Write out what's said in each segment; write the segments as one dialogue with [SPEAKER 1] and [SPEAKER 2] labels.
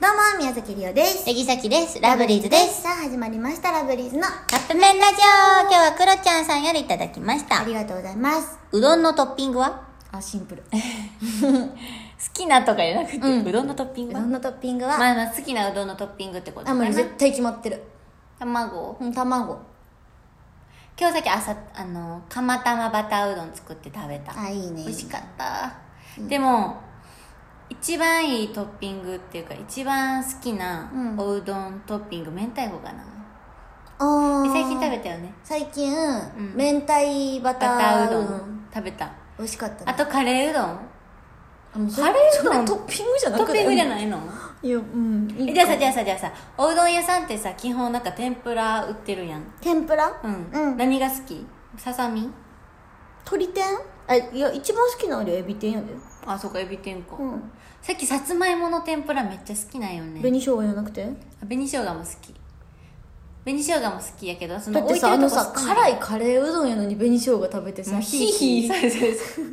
[SPEAKER 1] も宮崎りおです
[SPEAKER 2] ヤギサキです。ラブリーズです。
[SPEAKER 1] さあ始まりましたラブリーズのあ
[SPEAKER 2] カップ麺ラジオ今日はクロちゃんさんよりいただきました。
[SPEAKER 1] りがとうございます
[SPEAKER 2] うどんのトッピングは
[SPEAKER 1] あシンプル
[SPEAKER 2] 好きなとかじゃなくて、
[SPEAKER 1] うん
[SPEAKER 2] うどんのトッピン
[SPEAKER 1] う
[SPEAKER 2] グ
[SPEAKER 1] ど
[SPEAKER 2] は
[SPEAKER 1] んのトッピングは、
[SPEAKER 2] まあまあ好きなうどんのトッピングってこと
[SPEAKER 1] あ
[SPEAKER 2] だ
[SPEAKER 1] もう
[SPEAKER 2] ね
[SPEAKER 1] 絶。対決まってる
[SPEAKER 2] 卵
[SPEAKER 1] うん卵
[SPEAKER 2] 今日さっき朝、あの、釜玉バターうどん作って食べた。
[SPEAKER 1] あいいね
[SPEAKER 2] 美味しかった。でも、一番いいトッピングっていうか、一番好きな
[SPEAKER 1] うん
[SPEAKER 2] おうどんトッピング、明太子かな。
[SPEAKER 1] あ
[SPEAKER 2] で
[SPEAKER 1] ー
[SPEAKER 2] 最近食べたよね。
[SPEAKER 1] 最近、
[SPEAKER 2] ん
[SPEAKER 1] 明太バ
[SPEAKER 2] バ
[SPEAKER 1] タ
[SPEAKER 2] タ
[SPEAKER 1] ー
[SPEAKER 2] ーうど
[SPEAKER 1] うん
[SPEAKER 2] ん食べた。
[SPEAKER 1] 美味しかった
[SPEAKER 2] あ
[SPEAKER 1] ね
[SPEAKER 2] とカレーうどん
[SPEAKER 1] あもうそ
[SPEAKER 2] カレーう
[SPEAKER 1] そ
[SPEAKER 2] ど
[SPEAKER 1] れ
[SPEAKER 2] ん
[SPEAKER 1] トッピングじゃな
[SPEAKER 2] ト
[SPEAKER 1] く
[SPEAKER 2] ッピングじゃ
[SPEAKER 1] い
[SPEAKER 2] ないの
[SPEAKER 1] いやうんいい
[SPEAKER 2] えじゃあさじゃあさじゃあさおうどん屋さんってさ基本なんか天ぷら売ってるやん
[SPEAKER 1] 天ぷら
[SPEAKER 2] うん、
[SPEAKER 1] うん
[SPEAKER 2] 何が好きささみ
[SPEAKER 1] 鶏天あいや一番好きなのはエビ天やで
[SPEAKER 2] あそうかエビ天か、
[SPEAKER 1] うん
[SPEAKER 2] さっきさつまいもの天ぷらめっちゃ好きなんよね
[SPEAKER 1] 紅生姜じゃなくて
[SPEAKER 2] あ紅生姜も好き紅生姜も好きやけどそ
[SPEAKER 1] だ
[SPEAKER 2] の
[SPEAKER 1] って
[SPEAKER 2] 置いて
[SPEAKER 1] さ
[SPEAKER 2] る
[SPEAKER 1] あ
[SPEAKER 2] とこ
[SPEAKER 1] の
[SPEAKER 2] 少な
[SPEAKER 1] さ
[SPEAKER 2] い
[SPEAKER 1] 辛いカレーうどんやのに紅生姜食べてさ
[SPEAKER 2] もう
[SPEAKER 1] ヒーヒー
[SPEAKER 2] そうそうそう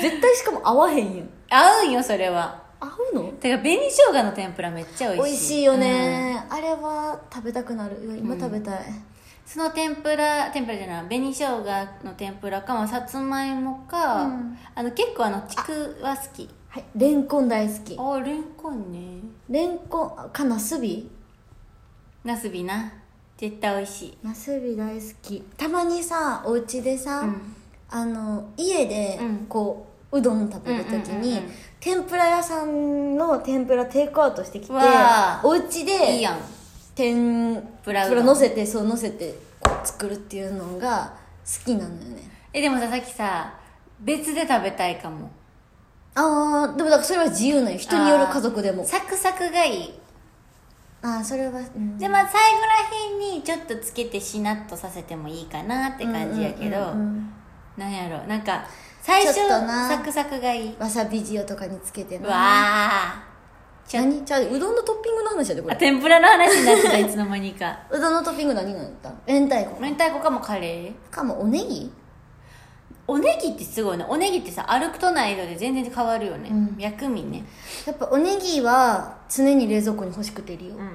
[SPEAKER 1] 絶対しかも合わへんやん
[SPEAKER 2] 合うんよそれは
[SPEAKER 1] 合うの
[SPEAKER 2] てか紅生姜の天ぷらめっちゃ美
[SPEAKER 1] 美
[SPEAKER 2] 味しい
[SPEAKER 1] 味しいよ
[SPEAKER 2] うん
[SPEAKER 1] ね、あれは食べたくなるいや今食べたい、
[SPEAKER 2] その天ぷら天ぷらじゃない紅生姜の天ぷらかまあさつまいもか、
[SPEAKER 1] うん
[SPEAKER 2] あの結構あのちくわ好き
[SPEAKER 1] はいレンコン大好き
[SPEAKER 2] ああレンコンね
[SPEAKER 1] レンコンかなすび
[SPEAKER 2] なすびな絶対美味しい
[SPEAKER 1] なすび大好きたまにさお家でさ、
[SPEAKER 2] うん
[SPEAKER 1] あの家で
[SPEAKER 2] うん
[SPEAKER 1] こう、うどん食べるときに、
[SPEAKER 2] うんうんうんうん
[SPEAKER 1] 天ぷら屋さんの天ぷらテイクアウトしてきて
[SPEAKER 2] わあ
[SPEAKER 1] お家
[SPEAKER 2] いい
[SPEAKER 1] で
[SPEAKER 2] やん
[SPEAKER 1] 天ぷ
[SPEAKER 2] ぷらうどん
[SPEAKER 1] らのせてそうのせてこう作るっていうのが好きなのよね
[SPEAKER 2] えでもささっきさ別で食べたいかも
[SPEAKER 1] ああでもだからそれは自由なんよ人による
[SPEAKER 2] あー
[SPEAKER 1] 家族でも
[SPEAKER 2] サクサクがいい
[SPEAKER 1] ああそれは、うん
[SPEAKER 2] でまあ最後らへんにちょっとつけてしなっとさせてもいいかなって感じやけど、
[SPEAKER 1] うんうんうん
[SPEAKER 2] なんやろなんか最初
[SPEAKER 1] ちょっとな
[SPEAKER 2] サクサクがいい
[SPEAKER 1] わさび塩とかにつけて
[SPEAKER 2] う
[SPEAKER 1] な
[SPEAKER 2] わーちょっと
[SPEAKER 1] 何じゃあうどんのトッピングの話やでこ
[SPEAKER 2] あ
[SPEAKER 1] れ
[SPEAKER 2] 天ぷらの話になってたいつの間にか
[SPEAKER 1] うどんのトッピング何なんだった明太子
[SPEAKER 2] 明太子かもカレー
[SPEAKER 1] かもおネギ
[SPEAKER 2] おネギってすごいねおネギってさ歩くとない度で全然変わるよね、
[SPEAKER 1] うん
[SPEAKER 2] 薬味ね
[SPEAKER 1] やっぱおネギは常に冷蔵庫に欲しくてるよ、
[SPEAKER 2] うんうん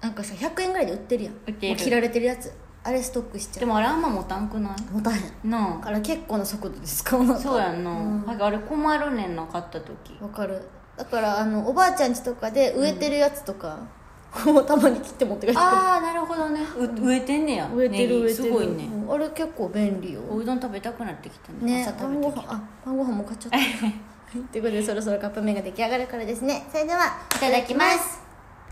[SPEAKER 1] なんかさ100円ぐらいで売ってるやん
[SPEAKER 2] 売ってる
[SPEAKER 1] もう切られてるやつあれストックしち
[SPEAKER 2] で
[SPEAKER 1] ゃ
[SPEAKER 2] もあれあんま持たんくな
[SPEAKER 1] う持たへん
[SPEAKER 2] い
[SPEAKER 1] だ
[SPEAKER 2] な
[SPEAKER 1] から結構な速度で使うな
[SPEAKER 2] あそうやんな、
[SPEAKER 1] うん
[SPEAKER 2] なんかあれ困るねんな買った時
[SPEAKER 1] わかるだからあのおばあちゃん家とかで植えてるやつとか、もうたまに切って持って帰ってくる
[SPEAKER 2] ああなるほどねう植えてんねや
[SPEAKER 1] 植えてる
[SPEAKER 2] ネギ
[SPEAKER 1] 植えてる
[SPEAKER 2] すごいね
[SPEAKER 1] うんあれ結構便利よ
[SPEAKER 2] おうどん食べたくなってきたね
[SPEAKER 1] ね
[SPEAKER 2] 朝食
[SPEAKER 1] 晩
[SPEAKER 2] べ
[SPEAKER 1] ご
[SPEAKER 2] てき
[SPEAKER 1] 飯あ晩ご 飯も買っちゃったはいということでそろそろカップ麺が出来上がるからですねそれではい
[SPEAKER 2] ただきます